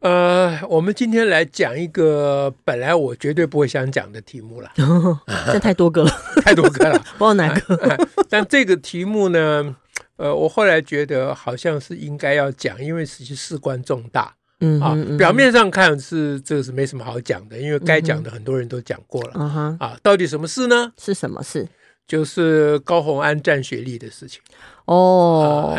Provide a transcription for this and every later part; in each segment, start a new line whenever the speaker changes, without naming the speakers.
呃，我们今天来讲一个本来我绝对不会想讲的 题目了，
这太多个了，
太多个了。
不知道哪个。
哎但这个题目呢，呃，我后来觉得好像是应该要讲，因为实际事关重大
嗯
啊
哼嗯。哼
表面上看是这个是没什么好讲的，因为该
嗯
讲的很多人都讲过了、
啊哈
啊。到底什么事呢？
是什么事？
就是高洪安占学历的事情。
哦，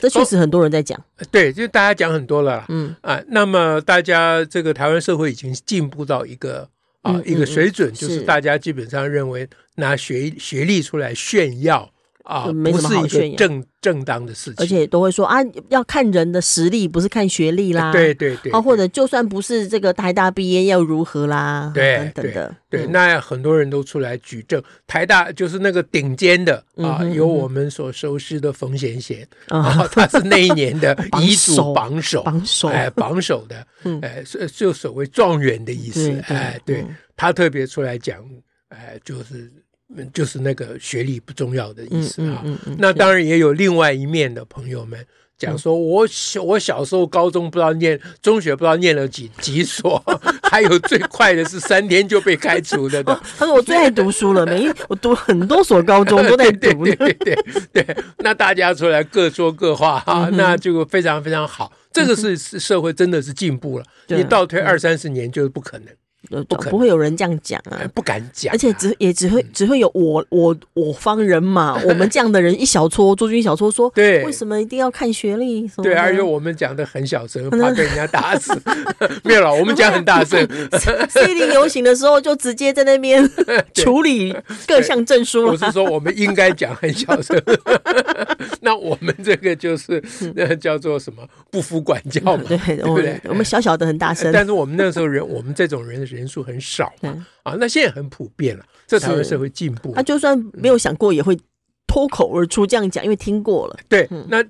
这确实很多人在讲。
呃对，就大家讲很多了啦
嗯
啊。那么大家这个台湾社会已经进步到一个啊、
嗯嗯
一个水准，就是
是
大家基本上认为拿学学历出来炫耀啊，
就没
不
什么
是
好
一
炫
个
耀
正正当的事情。
而且都会说啊，要看人的实力，不是看学历啦。
对对对，
啊，或者就算不是这个台大毕业又如何啦？
对
等等的。
对，
嗯
那很多人都出来举证，台大就是那个顶尖的
嗯
啊，
哼
有
嗯哼
我们所熟悉的冯 贤贤
啊，
啊，他是那一年的
榜
遗嘱
首
榜首，
榜首。
哎，榜首的
嗯，
哎，所就所谓状元的意思
对，对
哎，对
嗯
他特别出来讲，哎，就是嗯就是那个学历不重要的意
嗯
思
嗯
啊。
嗯 嗯，
那当然也有另外一面的朋友们讲说，我小我小时候高中不知道念，中学不知道念了几几所， 还有最快的是三天就被开除的的。
他说我最爱读书了，每一我读很多所高中都在
对
读
对对对对对，那大家出来各说各话
嗯
哈、
哼嗯
那就非常非常好。这个是是社会真的是进步了，
对啊
你倒退二三十年就是不可能，
呃
不可能
不会有人这样讲啊
哎。不敢讲啊、
而且只也只会只会有我我我方人嘛，我们这样的人一小撮， 朱军一小撮说，
对
为什么一定要看学历？什么
对，
的
而且我们讲的很小声，怕被人家打死。 没有了，我们讲很 大声。
C 零游行的时候就直接在那 边处理各项证书啊
我
了。
是说，我们应该讲很小声。 那我们这个就是
嗯
那叫做什么不服管教嘛，
对，
对
我
不对
们？我们小小的很大声，
但是我们那时候人，我们这种人的人数很少
对
嘛，啊，那现在很普遍了，这台湾
是
社会进步
他，就算没有想过也会脱口而出这样讲，因为听过了。
对，那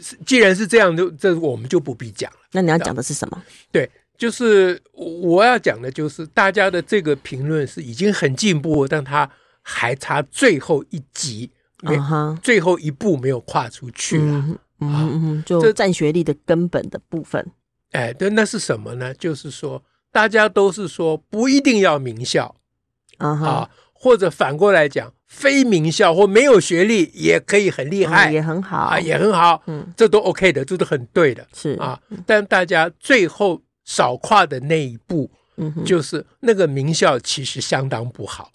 是既然是这样，就这我们就不必讲了。
那你要讲的是什么？
对，就是我我要讲的，就是大家的这个评论是已经很进步了，但他还差最后一集，没、
啊哈，
最后一步没有跨出去啊了。
嗯嗯嗯嗯，就
这
占学历的根本的部分。
哎，对，那是什么呢？就是说，大家都是说不一定要名校
啊哈，
啊，或者反过来讲，非名校或没有学历也可以很厉
嗯
害
也很好
啊，也很好，
嗯
这都 OK 的，这都很对的
是，
啊。但大家最后少跨的那一步，
嗯哼，
就是那个名校其实相当不好。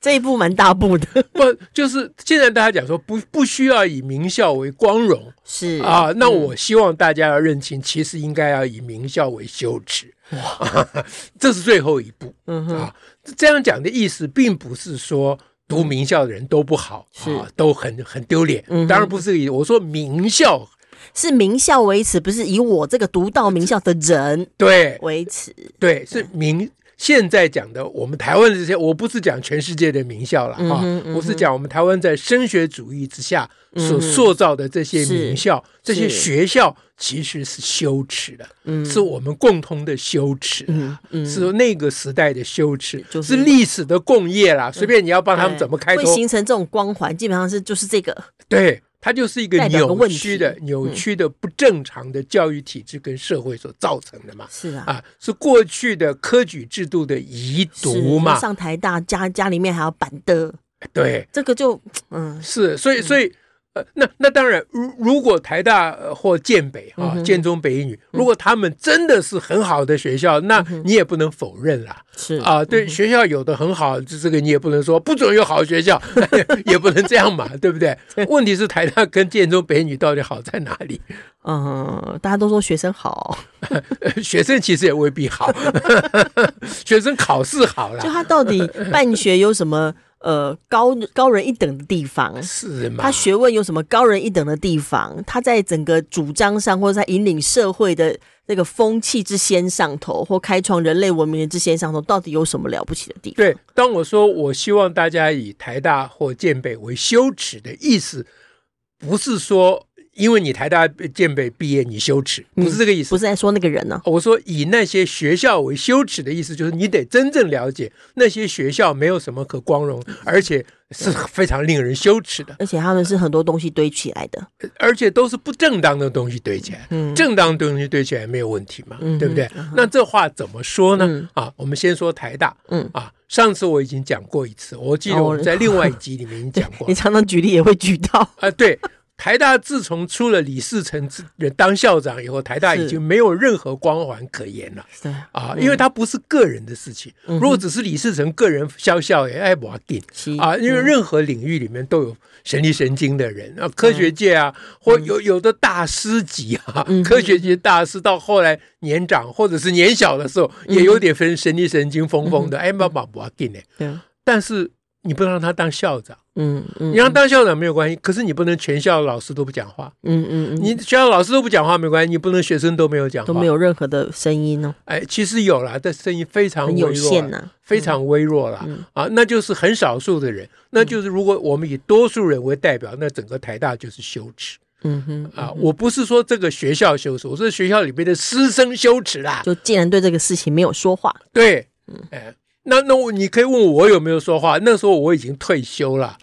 这一步蛮大步 的，
不，就是现在大家讲说不不需要以名校为光荣
是嗯
啊，那我希望大家要认清，其实应该要以名校为羞耻。哇，这是最后一步
嗯哼，
啊！这样讲的意思，并不是说读名校的人都不好，
是
啊，都很很丢脸
嗯哼。
当然不是这个意思，我说名校
是名校为耻，不是以我这个读到名校的人
对
为耻。
对是名。现在讲的我们台湾的这些，我不是讲全世界的名校了
嗯
啊
哼嗯，哼
我是讲我们台湾在升学主义之下
嗯
所
哼
塑造的这些名校、这些
是
学校，其实是羞耻的，
嗯
是我们共同的羞耻。
嗯嗯
是那个时代的羞耻，
就是嗯哎
是历史的共业啦。随便你要帮他们
对
怎么开
会
脱，
形成这种光环，基本上是就是这个
对，它就是一个
代表个
扭
问
曲
题
的、扭曲的不正常的教育体制跟社会所造成的嘛。
是啊。
啊，是过去的科举制度的遗毒
是
嘛？
上台大家家里面还要板的，
对，
这个就嗯
是，所以，所以，呃，那那当然，如如果台大呃或建北
嗯
啊、
哼嗯
建中、北一女，如果他们真的是很好的学校，那你也不能否认啦。
是嗯
啊，对，学校有的很好，这这个你也不能说不准有好学 校，也不能这样嘛，对不对？问题是台大跟建中、北女到底好在哪里？
嗯，大家都说学生好，
学生其实也 未必好，学生考试好
就
了。
他到底办学有什么呃高高人一等的地方。
是嘛？
他学问有什么高人一等的地方？他在整个主张上，或者在引领社会的那个风气之先上头，或开创人类文明之先上头，到底有什么了不起的地方？
对，当我说我希望大家以台大或建北为羞耻的意思，不是说因为你台大建北毕业你羞耻，不是这个意思。
不是在说那个人呢、
我说以那些学校为羞耻的意思，就是你得真正了解那些学校没有什么可光荣，而且是非常令人羞耻的，
而且他们是很多东西堆起来的，
而且都是不正当的东西堆起来。
嗯
正当的东西堆起来没有问题嘛，
嗯哼
对不对
嗯哼？
那这话怎么说呢？
嗯
啊，我们先说台大，
嗯哦
啊，上次我已经讲过一次，我记得我们在另外一集里面已经讲 过
你常常举例也会举到，
啊，对。台大自从出了李世成之当校长以后，台大已
是
经没有任何光环可言了
对，
啊，因为它不是个人的事情。
嗯哼
如果只是李世成个人笑笑，也爱不紧
是
啊，因为任何领域里面都有神力神经的人
嗯
啊，科学界啊，或有有的大师级啊，
嗯
科学界大师到后来年长或者是年小的时候，
嗯
也有点分神力神经疯疯的，哎，妈妈不要紧呢。
对，
但是你不能让他当校长，
嗯嗯，
你让他当校长没有关系，可是你不能全校老师都不讲话，
嗯嗯嗯，
你学校老师都不讲话没关系，你不能学生都没有讲话，
都没有任何的声音呢、
哎，其实有啦，但声音非常
很
微
有
弱啊
限啊
啦
呐、
非常微弱啦。
嗯
啊，那就是很少数的人，那就是如果我们以多数人为代表，那整个台大就是羞耻
嗯哼，
啊！我不是说这个学校羞耻，我说学校里面的师生羞耻啦。
就竟然对这个事情没有说 话，
对，
嗯
哎，那那我你可以问我我有没有说话？那时候我已经退休 了，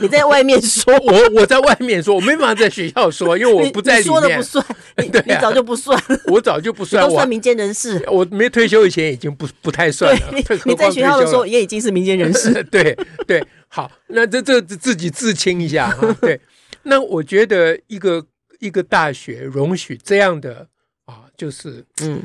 你在外面 说，
我我在外面说，我没办法在学校说，因为我不在
你
里
说的
面
不， 算，你、
对啊
你早就不算，
我早就不
你
算
都啊算
我。
民间人士。
我没退休以前已经不不太算
对
了，更
你，
何
你在
况
学
退
校的
休
时
了
候也已经是民间人士。
对对，好，那这这自己自清一下哈。对，那我觉得一个一个大学容许这样的啊，就是
嗯，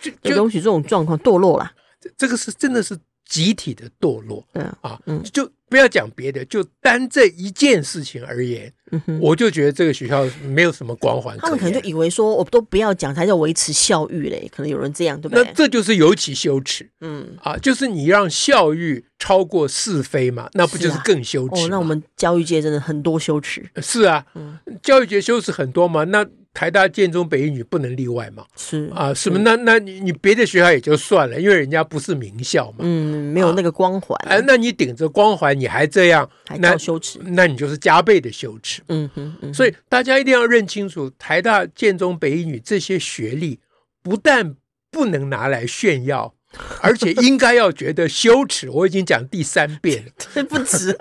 就
就
就
容许这种状况堕落啦。
这个是真的是集体的堕落
对啊，
啊
嗯。
就不要讲别的，就单这一件事情而言，
嗯哼，
我就觉得这个学校没有什么光环
他们可能就
言。
以为说，我都不要讲，才叫维持校誉嘞。可能有人这样，对不
那
对？
这就是尤其羞耻
嗯，
啊！就是你让校誉超过是非嘛，那不就是
是啊
更羞耻吗？
哦，那我们教育界真的很多羞耻，
是啊，
嗯
教育界修耻很多嘛，那台大、建中、北一女不能例外嘛？
是，
啊，什么？那那你你别的学校也就算了，因为人家不是名校嘛。
嗯，没有那个光环，
哎，那你顶着光环你还这样，
嗯还
那
叫羞耻。
那你就是加倍的羞耻。
嗯哼，嗯哼，
所以大家一定要认清楚，台大、建中、北一女这些学历，不但不能拿来炫耀，而且应该要觉得羞耻。我已经讲第三遍了，
这 不止，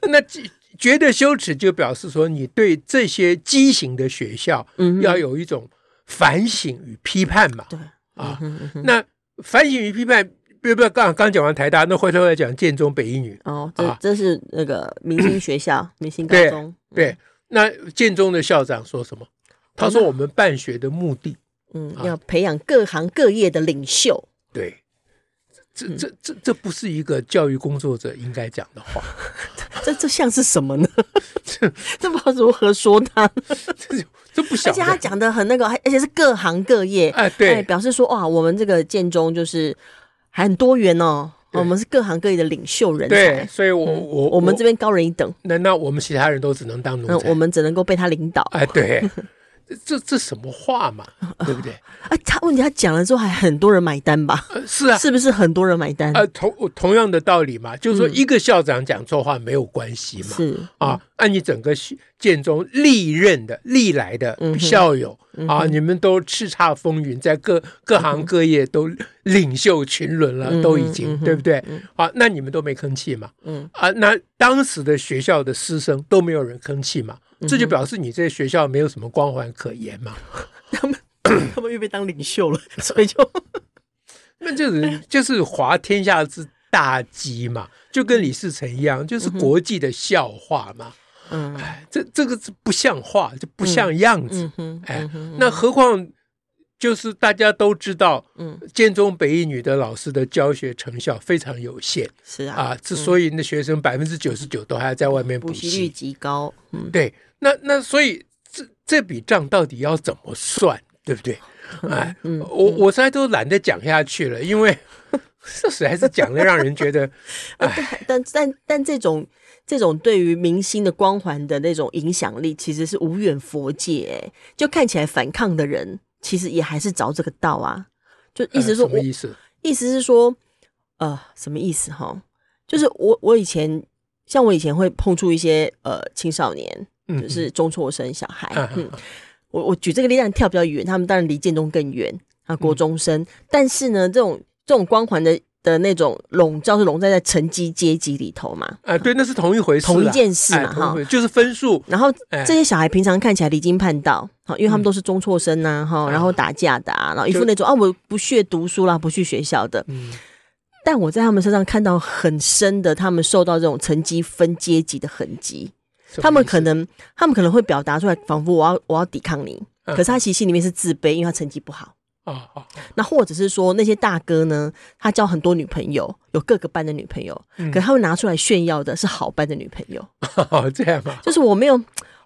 那觉觉得羞耻就表示说你对这些畸形的学校，
嗯哼
要有一种反省与批判嘛。
对
啊，
嗯嗯哼
那反省与批判，不不，刚刚讲完台大，那回头来讲建中北一女。
哦，这
啊
这是那个明星学 校，明星高
对
中，
对，那建中的校长说什么？他说
那
我们办学的目的，
嗯，
啊
要培养各行各业的领 袖，
对，这
嗯
这这这不是一个教育工作者应该讲的 话，
这这像是什么 呢？这不知道如何说他，
这就这不
而
晓
且他
得。
讲的很那个，还而且是各行各业，
哎，
哎
对，
表示说哇，我们这个建中就是还很多元哦，
对
我们是各行各业的领袖人
对，
才，
所以我我
嗯我们这边高人一等，
难道我们其他人都只能当奴
嗯，
才？
我们只能够被他领导。
哎，对，这这这什么话嘛，对不对？
啊，他问题他讲了之后，还很多人买单吧？
呃是啊，
是不是很多人买单？
呃，同同样的道理嘛，就是说一个校长讲错话没有关系嘛，
嗯是嗯
啊，按你整个系建中历任的、历来的
嗯哼
校友、啊，你们都叱咤风云，在各各行各业都领袖群伦了，
嗯哼
都已经、
嗯哼
对不对
嗯？
啊，那你们都没吭气嘛？
嗯
啊，那当时的学校的师生都没有人吭气嘛？
嗯
这就表示你这学校没有什么光环可言嘛？
他们又被当领袖了，所以就
那就是就是滑天下之大稽嘛，就跟李世成一样，就是国际的笑话嘛。
嗯
哎，这这个是不像话，就不像样子。
嗯哼，
哎
嗯哼，
那何况就是大家都知道，
嗯
建中北一女的老师的教学成效非常有限
是啊，
啊，之所以那学生百分之九十九都还要在外面补
补习率
习，
极高，嗯，
对，那那所以这这笔账到底要怎
嗯
么算，对不对？哎，我我现在都懒得讲下去了，因为这实在是讲的让人觉得，
但但但这种这种对于明星的光环的那种影响力，其实是无远佛界、欸。就看起来反抗的人，其实也还是着这个道啊。就意思是
呃
说我
什么意思？
意思是说，呃，什么意思哈？就是我我以前像我以前会碰触一些呃青少年，
嗯
就，是中辍生小孩，
啊
嗯，我我举这个例子跳比较远，他们当然离建中更远啊，
嗯
国中生，但是呢，这种这种光环的的那种笼罩是笼罩在成绩阶级里头嘛，
啊，对，那是同一回事啦，
同一件事
哎
嘛
同一
哈
回就是分数，
然后
哎嗯
这些小孩平常看起来离经叛道，好，因为他们都是中辍生呐、哈，然后打架的、啊，然后一副
就
那种啊，我不屑读书啦，不去学校的，
嗯，
但我在他们身上看到很深的，他们受到这种层级分阶级的痕迹。
什么
他们
意思
可能，他们可能会表达出来，仿佛我要我要抵抗你，
嗯
可是他其实心里面是自卑，因为他成绩不好。
啊啊，
那或者是说，那些大哥呢，他交很多女朋友，有各个班的女朋友，
嗯
可他会拿出来炫耀的是好班的女朋友，
啊这样啊，
就是我没有。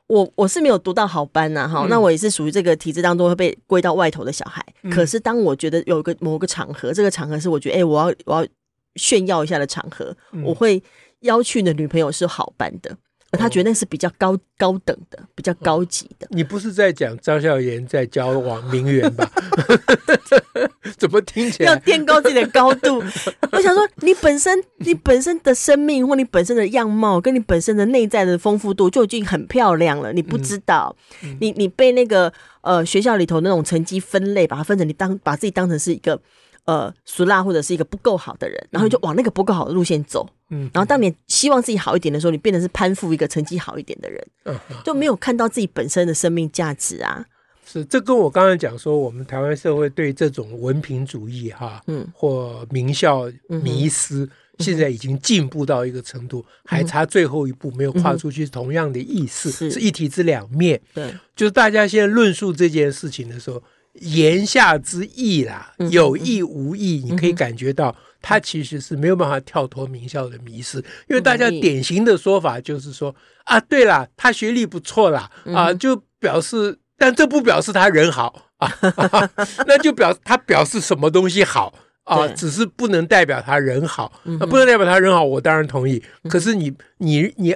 我我是没有读到好班呐、哈、
嗯
那我也是属于这个体制当中会被归到外头的小孩。
嗯
可是当我觉得有个某个场合，这个场合是我觉得哎、我要我要炫耀一下的场合，
嗯
我会邀去的女朋友是好班的，而
哦
他觉得那是比较高高等的、比较高级的。
你不是在讲张孝炎在交往名媛吧？ 怎么听起
要
来？
垫高自己的高 度。我想说，你本身你本身的生命或你本身的样貌，跟你本身的内在的丰富度就已经很漂亮了。你不知道，
嗯
你你被那个呃学校里头那种成绩分类，把它分成你当把自己当成是一个呃俗辣或者是一个不够好的人，然后你就往那个不够好的路线走。
嗯
然后当你希望自己好一点的时候，你变得是攀附一个成绩好一点的人，
嗯
就没有看到自己本身的生命价值啊。
是，这跟我刚才讲说，我们台湾社会对这种文凭主义哈，
嗯，
或名校
嗯哼嗯
迷思，现在已经进步到一个程度，还差最后一步没有跨出去，同样的意思、
是
是一体之两面。
对，
就是大家现在论述这件事情的时候，言下之意啦，
嗯
有意无意，你可以感觉到他其实是没有办法跳脱名校的迷失，因为大家
同意
典型的说法就是说啊，对啦，他学历不错啦，啊，
嗯
就表示，但这不表示他人好啊， 那就表他表示什么东西好。啊，
对
只是不能代表他人好，
嗯
啊
哼
不能代表他人好，我当然同意。可是你你你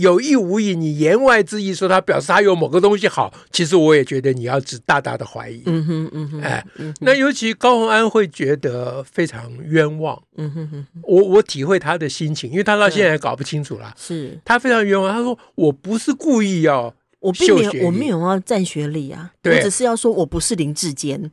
有意无意，你言外之意说他表示他有某个东西好，其实我也觉得你要只大大的怀疑。
嗯哼，嗯哼，
哎
嗯哼，
那尤其高洪安会觉得非常冤枉，
嗯哼哼哼，
我我体会他的心情，因为他到现在也搞不清楚啦，
是。
他非常冤枉。他说我不是故意要，
我并没
秀学历
有，我没有要占学历啊，我
对
只是要说我不是林志坚，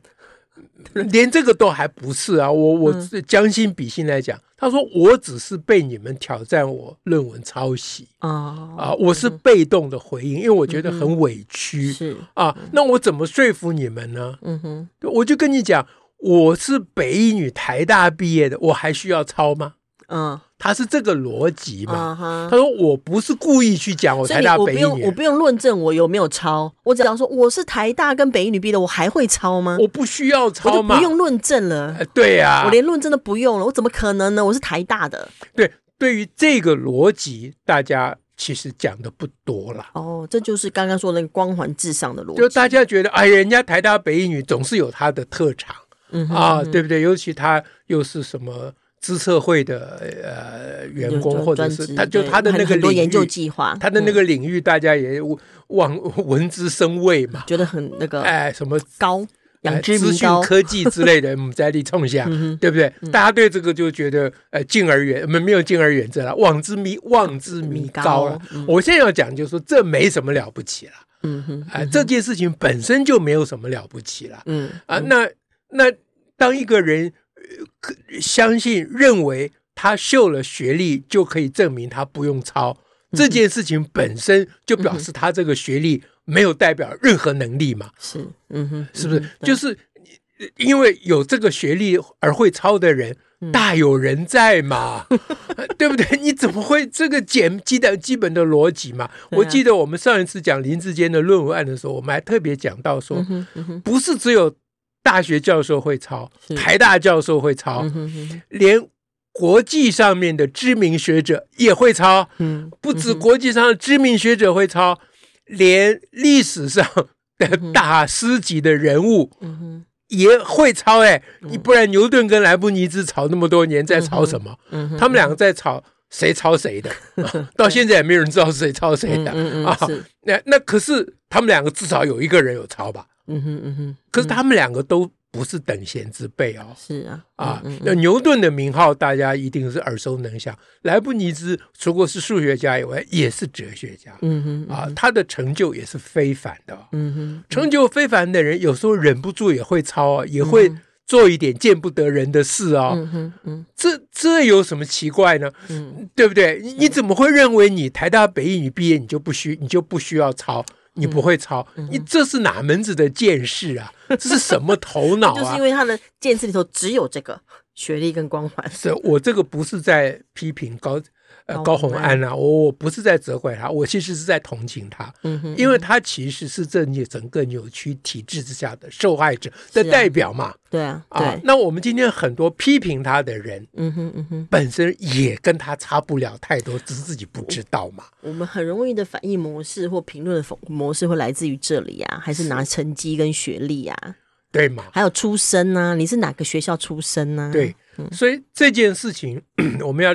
连这个都还不是啊，我
嗯
我是将心比心来讲，他说我只是被你们挑战我论文抄袭
哦，嗯
啊，我是被动的回应，因为我觉得很委屈。
是，
啊，那我怎么说服你们呢？
嗯哼，
我就跟你讲，我是北一女台大毕业的，我还需要抄吗？
嗯
他是这个逻辑嘛？
啊哈
他，说我不是故意去讲我
所以
台
你
大
我不
北一
用我
女，
不用论证我有没有抄，我只要说我是台大跟北一女毕业的，我还会抄吗？
我不需要
我
抄
就不
嘛？
用论证了
呃，对呀、
我连论证都不用了，我怎么可能呢？我是台大的，
对，对于这个逻辑，大家其实讲的不多啦。
哦，这就是刚刚说的那个光环至上的逻
就
辑，
大家觉得，哎，人家台大北一女总是有她的特长
嗯哼，
啊，对不对？尤其她又是什么资策会的呃员
有
工，
专
或者
专
是
职
她就
对
她的
很
那个
很多
领
研究
域
计划，嗯
他的那个领域，大家也望闻之生畏嘛
嗯。觉得很那个
哎，什么
高，
哎
养之
资
弥
讯
高，嗯
科技之 类的，我们在力冲下，对不对？大家对这个就觉得呃敬而远，没没有敬而远之了，望之弥望之弥高了
高嗯。
我现在要讲就是说，这没什么了不起了，
嗯哼，
哎，这件事情本身就没有什么了不起了
嗯
啊。那那当一个人呃可相信认为他秀了学历就可以证明他不用
嗯
抄，这件事情本身就表示他这个学历没有代表任何能力嘛，
是，嗯哼，
是不是
嗯？对
就是呃因为有这个学历而会抄的人。
嗯
大有人在嘛， 对不对？你怎么会这个简基的基本的逻辑嘛？
对啊
我记得我们上一次讲林志坚的论文案的时候，我们还特别讲到说，
嗯哼嗯哼
不是只有大学教授会抄
是，
台大教授会抄，
嗯哼嗯哼
连国际上面的知名学者也会抄，
嗯
不止国际上的知名学者会抄，连历史上的大师级的人物
嗯哼嗯
也会吵哎、你不然牛顿跟莱布尼兹吵那么多年，在吵什么？
嗯哼
啊他们两个在吵谁抄 谁的，啊到现在也没有人知道是谁抄谁
嗯
的。
嗯
啊
嗯，是，
那那可是他们两个至少有一个人有抄吧？
嗯哼嗯哼，
可是他们两个都不是等闲之辈哦。
是啊，
啊
嗯，
那牛顿的名号大家一定是耳熟能详。莱布尼兹除过是数学家以外，也是哲学家
嗯哼，
啊，他的成就也是非凡的哦。
嗯哼，
成就非凡的人，有时候忍不住也会抄啊，也会做一点见不得人的事啊、
嗯哼，嗯
这这有什么奇怪呢？
嗯
对不对？你你怎么会认为你台大北艺你毕业你就不需你就不需要抄？你不会抄，
嗯
你这是哪门子的见识 啊？这是什么头脑
就是
啊
因？为他的见识里头只有这个学历跟光环，
是我这个不是在批评高呃
高
高
虹
虹
安
安啊，我我不是在责怪他，我其实是在同情他，
嗯哼，
因为他其实是这整个扭曲体制之下的受害者的
是啊
代表嘛。
对啊，
啊
对，，
那我们今天很多批评他的人，
嗯哼嗯哼，
本身也跟他差不了太多，只是自己不知道嘛。
我们很容易的反应模式或评论的讽模式会来自于这里啊，还是拿成绩跟学历啊，
对嘛？
还有出身啊，你是哪个学校出身啊？
对，所以这件事情 我们要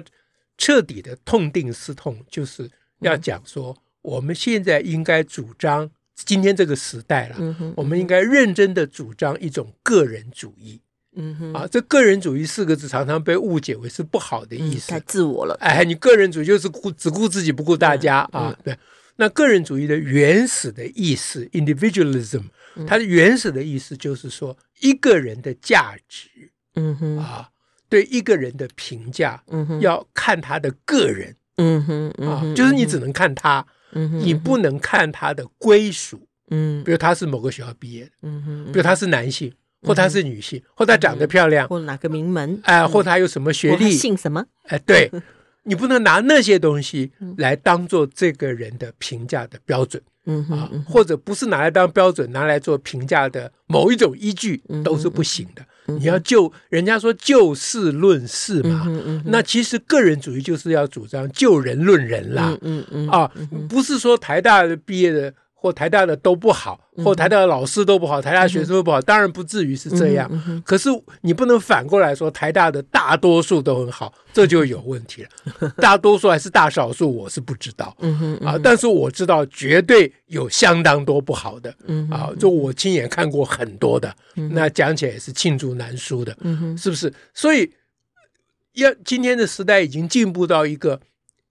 彻底的痛定思痛，就是要讲说，我们现在应该主张今天这个时代了，
嗯哼，
我们应该认真的主张一种个人主义
嗯哼，
啊。这“个人主义”四个字常常被误解为是不好的意
嗯
思
太，自我了，
哎，你个人主义就是顾只顾自己不顾大家
嗯
啊，对。那个人主义的原始的意思 （individualism），它
嗯
的原始的意思就是说，一个人的价值
嗯哼，
啊，对一个人的评价
嗯哼，
要看他的个人
嗯哼，嗯
啊
哼，，
就是你只能看他，
嗯哼，
你不能看他的归属。
嗯
比如他是某个学校毕业的，
嗯
比
哼，嗯
如他是男性，或他是女性，或他长得漂亮，
或哪个名门，
哎，或他有什么学
或他
历，
姓什么？
哎，对，你不能拿那些东西来当做这个人的评价的标准
嗯哼
啊，，或者不是拿来当标准，拿来做评价的某一种依据
嗯
都是不行的。你要就人家说就事论事嘛，
嗯嗯
那其实个人主义就是要主张就人论人啦
嗯嗯嗯，
啊，不是说台大毕业的。或台大的都不好，
嗯
或台大的老师都不好，台大学生都不好，当然不至于是这样。
嗯哼
可是你不能反过来说台大的大多数都很好，这就有问 题了。大多数还是大少数，我是不知道
嗯哼，
啊，但是我知道绝对有相当多不好的
嗯
啊，就我亲眼看过很多的，那讲起来也是罄竹难书的，
嗯哼，
是不是？所以要今天的时代已经进步到一个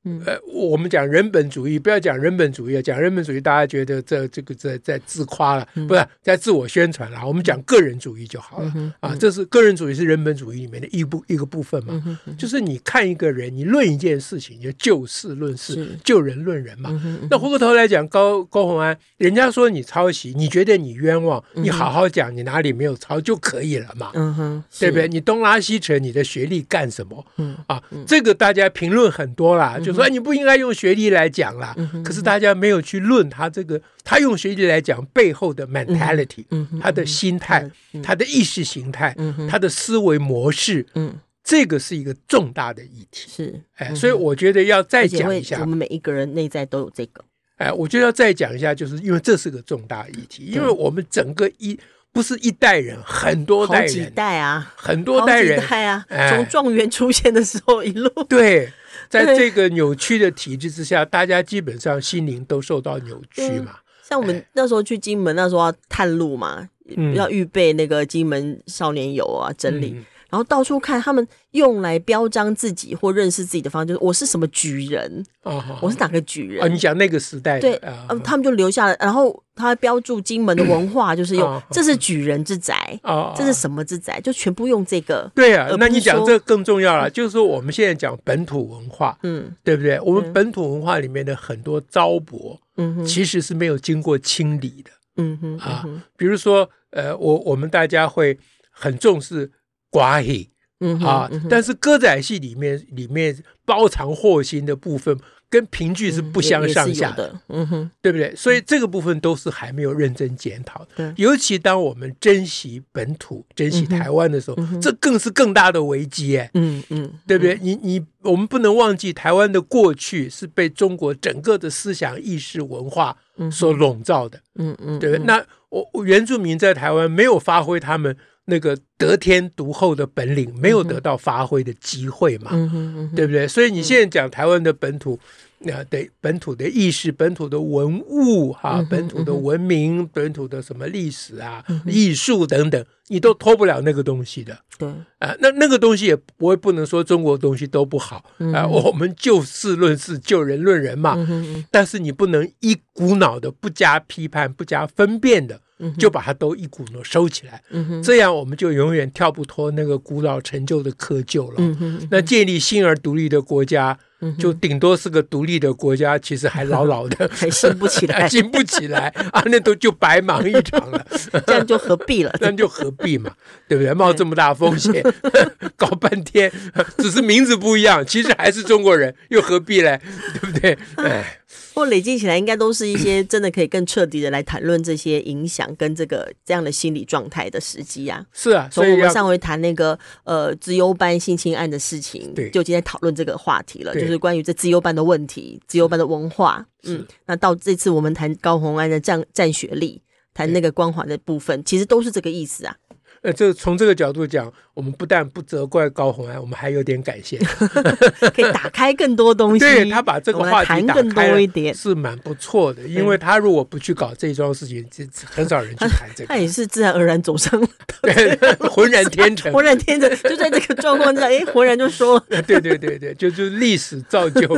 嗯。
呃，我们讲人本主义，不要讲人本主义，讲人本主义，大家觉得这这个在在自夸了，
嗯
不是在自我宣传了。我们讲个人主义就好了、
嗯
啊，这是个人主义是人本主义里面的一部一个部分嘛，
嗯
就是你看一个人，你论一件事情，你就就事论
是嗯
事，就人论人嘛。
哼
那回过头来讲，高高洪安，人家说你抄袭，你觉得你冤枉，你好好讲你哪里没有抄就可以了嘛。
嗯哼，
对不
是
对？？你东拉西扯，你的学历干什么？
嗯
啊，这个大家评论很多啦，就说哎你不应该用学历来讲啦。
嗯
可是大家没有去论他这个，他用学历来讲背后的 mentality，、
嗯哼
他的心态、他的意识形态、
嗯哼，
他的思维模式，
嗯，
这个是一个重大的议题。
是，
哎，所以我觉得要再
而且
讲
会
一下，
我们每一个人内在都有这个，
哎，我就要再讲一下，就是因为这是个重大议题，因为我们整个一不是一代人，很多代
好几
人，
代啊，
很多
好
代
几
人。
代啊，
哎
从状元出现的时候一路，
对，在这个扭曲的体制之下，大家基本上心灵都受到扭曲嘛。
像我
哎
们那时候去金门，那时候要探路嘛，
嗯
要预备那个金门少年游啊，整理，
嗯
然后到处看他们用来标章自己或认识自己的方式，就是我是什么举人，
啊哈
我是哪个举人
啊，，你讲那个时代的
对，
啊
嗯，他们就留下了，然后他还标注金门的文化，就是用
啊
这是举人之宅，
啊啊
这是什么之宅，就全部用这个。
对啊
而，
那
不
你
是
讲
说
这更重要了，就是说我们现在讲本土文化，
嗯
对不对？我们本土文化里面的很多糟粕，
嗯哼
其实是没有经过清理的。
嗯哼嗯
啊
哼
比如说，呃，我我们大家会很重视寡戏，
嗯哼
啊
嗯哼，
但是歌仔戏里面里面包藏祸心的部分跟评剧是不相
嗯
上
也也是
下
有的，嗯哼
对不对？所以这个部分都是还没有认真检讨
对
的。尤其当我们珍惜本土、珍惜台湾的时候，这更是更大的危机哎。
嗯嗯
对不对？你你，我们不能忘记台湾的过去是被中国整个的思想意识文化所笼罩的。
嗯嗯
对不对？那我我原住民在台湾没有发挥他们那个得天独厚的本领没有得到发挥的机会嘛，
嗯哼嗯哼，
对不对？所以你现在讲台湾的本土，那、得本土的意识、本土的文物哈、
嗯哼
本土的文明、本土的什么历史啊、
嗯哼
艺术等等，你都脱不了那个东西的。
对，
啊，那那个东西也不会不能说中国东西都不好
嗯
啊，我们就事论事，就人论人嘛。
嗯哼
但是你不能一股脑的不加批判、不加分辨的
嗯哼，
就把它都一股脑收起来，
嗯哼，
这样我们就永远跳不脱那个古老陈旧的窠臼了。
嗯哼，
那建立新而独立的国家，
嗯哼，
就顶多是个独立的国家，其实还老老的
还兴不起 来，
兴不起来
哎
啊，那都就白忙一 场了。
这样就何必了？
那就何必嘛，对不对？冒这么大风险， 搞半天，只是名字不一样，其实还是中国人，又何必嘞？对不对？
嗯
哎，
或累积起来，应该都是一些真的可以更彻底的来谈论这些影响跟这个这样的心理状态的时机啊。
是啊，所
从我
以
们
要
上回谈那个呃资优班性侵案的事情，
对
就今天讨论这个话题了，就
对
是关于这资优班的问题、资优班的文化。嗯，那到这次我们谈高红安的占占学历，谈那个光环的部
嗯
分，其实都是这个意思 啊。
呃，这从这个角度讲，我们不但不责怪高红安，我们还有点感谢他，
可以打开更多东西。
对他把这个
我们来
话
谈
题打
更
开
多一
了。
点。
是蛮不错的，因为他如果不去搞这桩事情，这很少人去谈这
他
个，
也是自然而然走上，
对，浑然天成，
浑然天成，就在这个状况之下，哎，浑然就说了，
对对对对，就就历史造就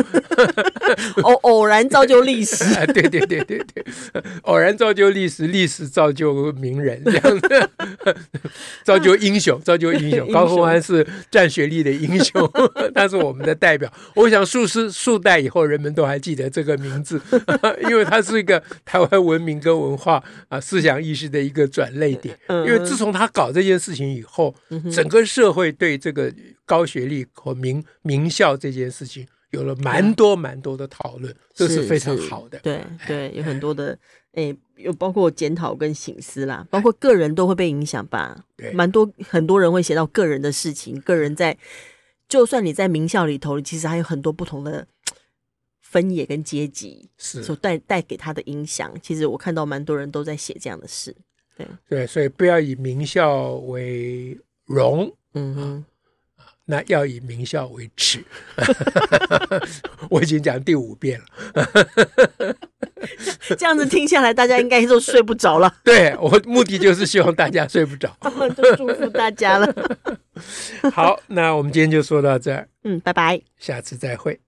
偶偶然造就历史。
啊，对对对对对， 偶然造就历史，历史造就名人，这样 子，造就英雄，造就啊 英
英
雄。
雄
高洪安是战学历的英雄， 他是我们的代表。我想数十数代以后，人们都还记得这个名字， 因为他是一个台湾文明跟文化啊思想意识的一个转类点。因为自从他搞这件事情以后，整个社会对这个高学历和名名校这件事情。有了蛮多蛮多的讨论，这嗯是非常好的。哎
对对，有很多的，诶，有包括检讨跟醒思啦，包括个人都会被影响吧。
对
蛮多很多人会写到个人的事情，个人在，就算你在名校里头，其实还有很多不同的分野跟阶级
是
所带带给他的影响。其实我看到蛮多人都在写这样的事。
对，所以不要以名校为荣，
嗯哼，
那要以名校为耻。 我已经讲第五遍了，
这样子听下来，大家应该都睡不着 了。
对我目的就是希望大家睡不着。
就祝福大家了。
好，那我们今天就说到这儿，
嗯，拜拜。
下次再会。